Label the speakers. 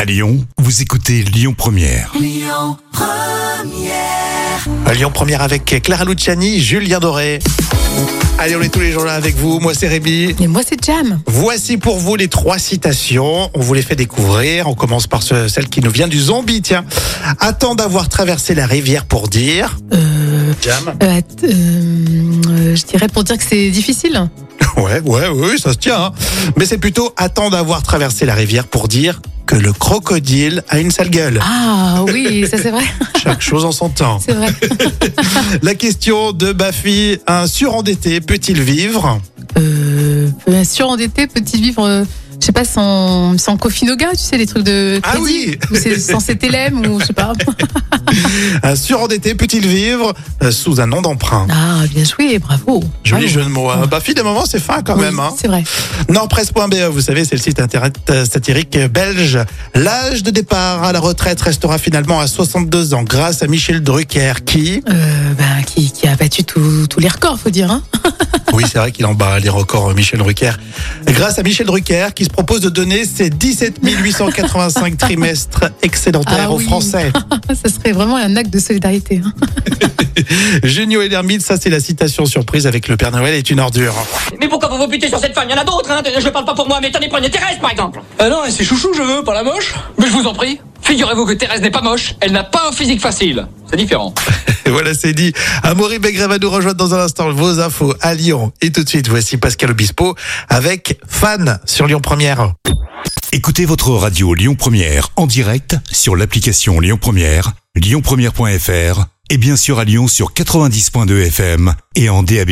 Speaker 1: À Lyon, vous écoutez Lyon Première.
Speaker 2: Lyon Première avec Clara Luciani, Julien Doré. Allez, on est tous les jours là avec vous. Moi, c'est Rémi.
Speaker 3: Mais moi, c'est Jam.
Speaker 2: Voici pour vous les trois citations. On vous les fait découvrir. On commence par ce- celle qui nous vient du zombie. Tiens, attends d'avoir traversé la rivière pour dire.
Speaker 3: Euh,
Speaker 2: Jam.
Speaker 3: euh, att- euh, euh, je dirais pour dire que c'est difficile.
Speaker 2: Ouais, ouais, oui, ça se tient. hein. Mais c'est plutôt attends d'avoir traversé la rivière pour dire que le crocodile a une sale gueule.
Speaker 3: Ah oui, ça c'est vrai,
Speaker 2: Chaque chose en son temps.
Speaker 3: c'est vrai.
Speaker 2: La question de Baffy, un surendetté peut-il vivre
Speaker 3: Euh, euh, surendetté, petit vivre, euh, je sais pas, sans, sans Kofinoga, tu sais, les trucs de
Speaker 2: Ah
Speaker 3: crédit.
Speaker 2: oui
Speaker 3: Ou c'est sans CTLM, ou je sais pas.
Speaker 2: Un surendetté peut-il vivre euh, sous un nom d'emprunt
Speaker 3: Ah, bien joué, bravo.
Speaker 2: Joli
Speaker 3: Bravo.
Speaker 2: jeu de mots. hein. Baffy, des moments, c'est fin quand
Speaker 3: Ah. Oui,
Speaker 2: même. Hein.
Speaker 3: C'est vrai.
Speaker 2: Nordpresse.be, E, vous savez, c'est le site internet euh, satirique belge. L'âge de départ à la retraite restera finalement à 62 ans grâce à Michel Drucker qui...
Speaker 3: Euh, ben, qui, qui a battu tous tous les records, faut dire. Hein
Speaker 2: Oui, c'est vrai qu'il en bat les records, euh, Michel Drucker. Grâce à Michel Drucker qui se propose de donner ses 17 885 trimestres excédentaires
Speaker 3: Ah
Speaker 2: aux
Speaker 3: oui.
Speaker 2: Français.
Speaker 3: ça serait vraiment un acte de solidarité. hein.
Speaker 2: Génio et l'ermite, ça c'est la citation surprise avec le Père Noël est une ordure.
Speaker 4: Mais pourquoi vous vous butez sur cette femme Il y en a d'autres, hein Je parle pas pour moi, mais tenez, prenez Thérèse, par exemple
Speaker 5: Ah non, c'est chouchou, je veux, pas la moche.
Speaker 4: Mais je vous en prie Figurez-vous que Thérèse n'est pas moche, elle n'a pas un physique facile C'est différent
Speaker 2: Et voilà, c'est dit. Amaury Begré va nous rejoindre dans un instant. Vos infos à Lyon. Et tout de suite, voici Pascal Obispo avec Fan sur Lyon Première.
Speaker 1: Écoutez votre radio Lyon Première en direct sur l'application Lyon Première, lyonpremière.fr et bien sûr à Lyon sur 90.2 FM et en DAB+.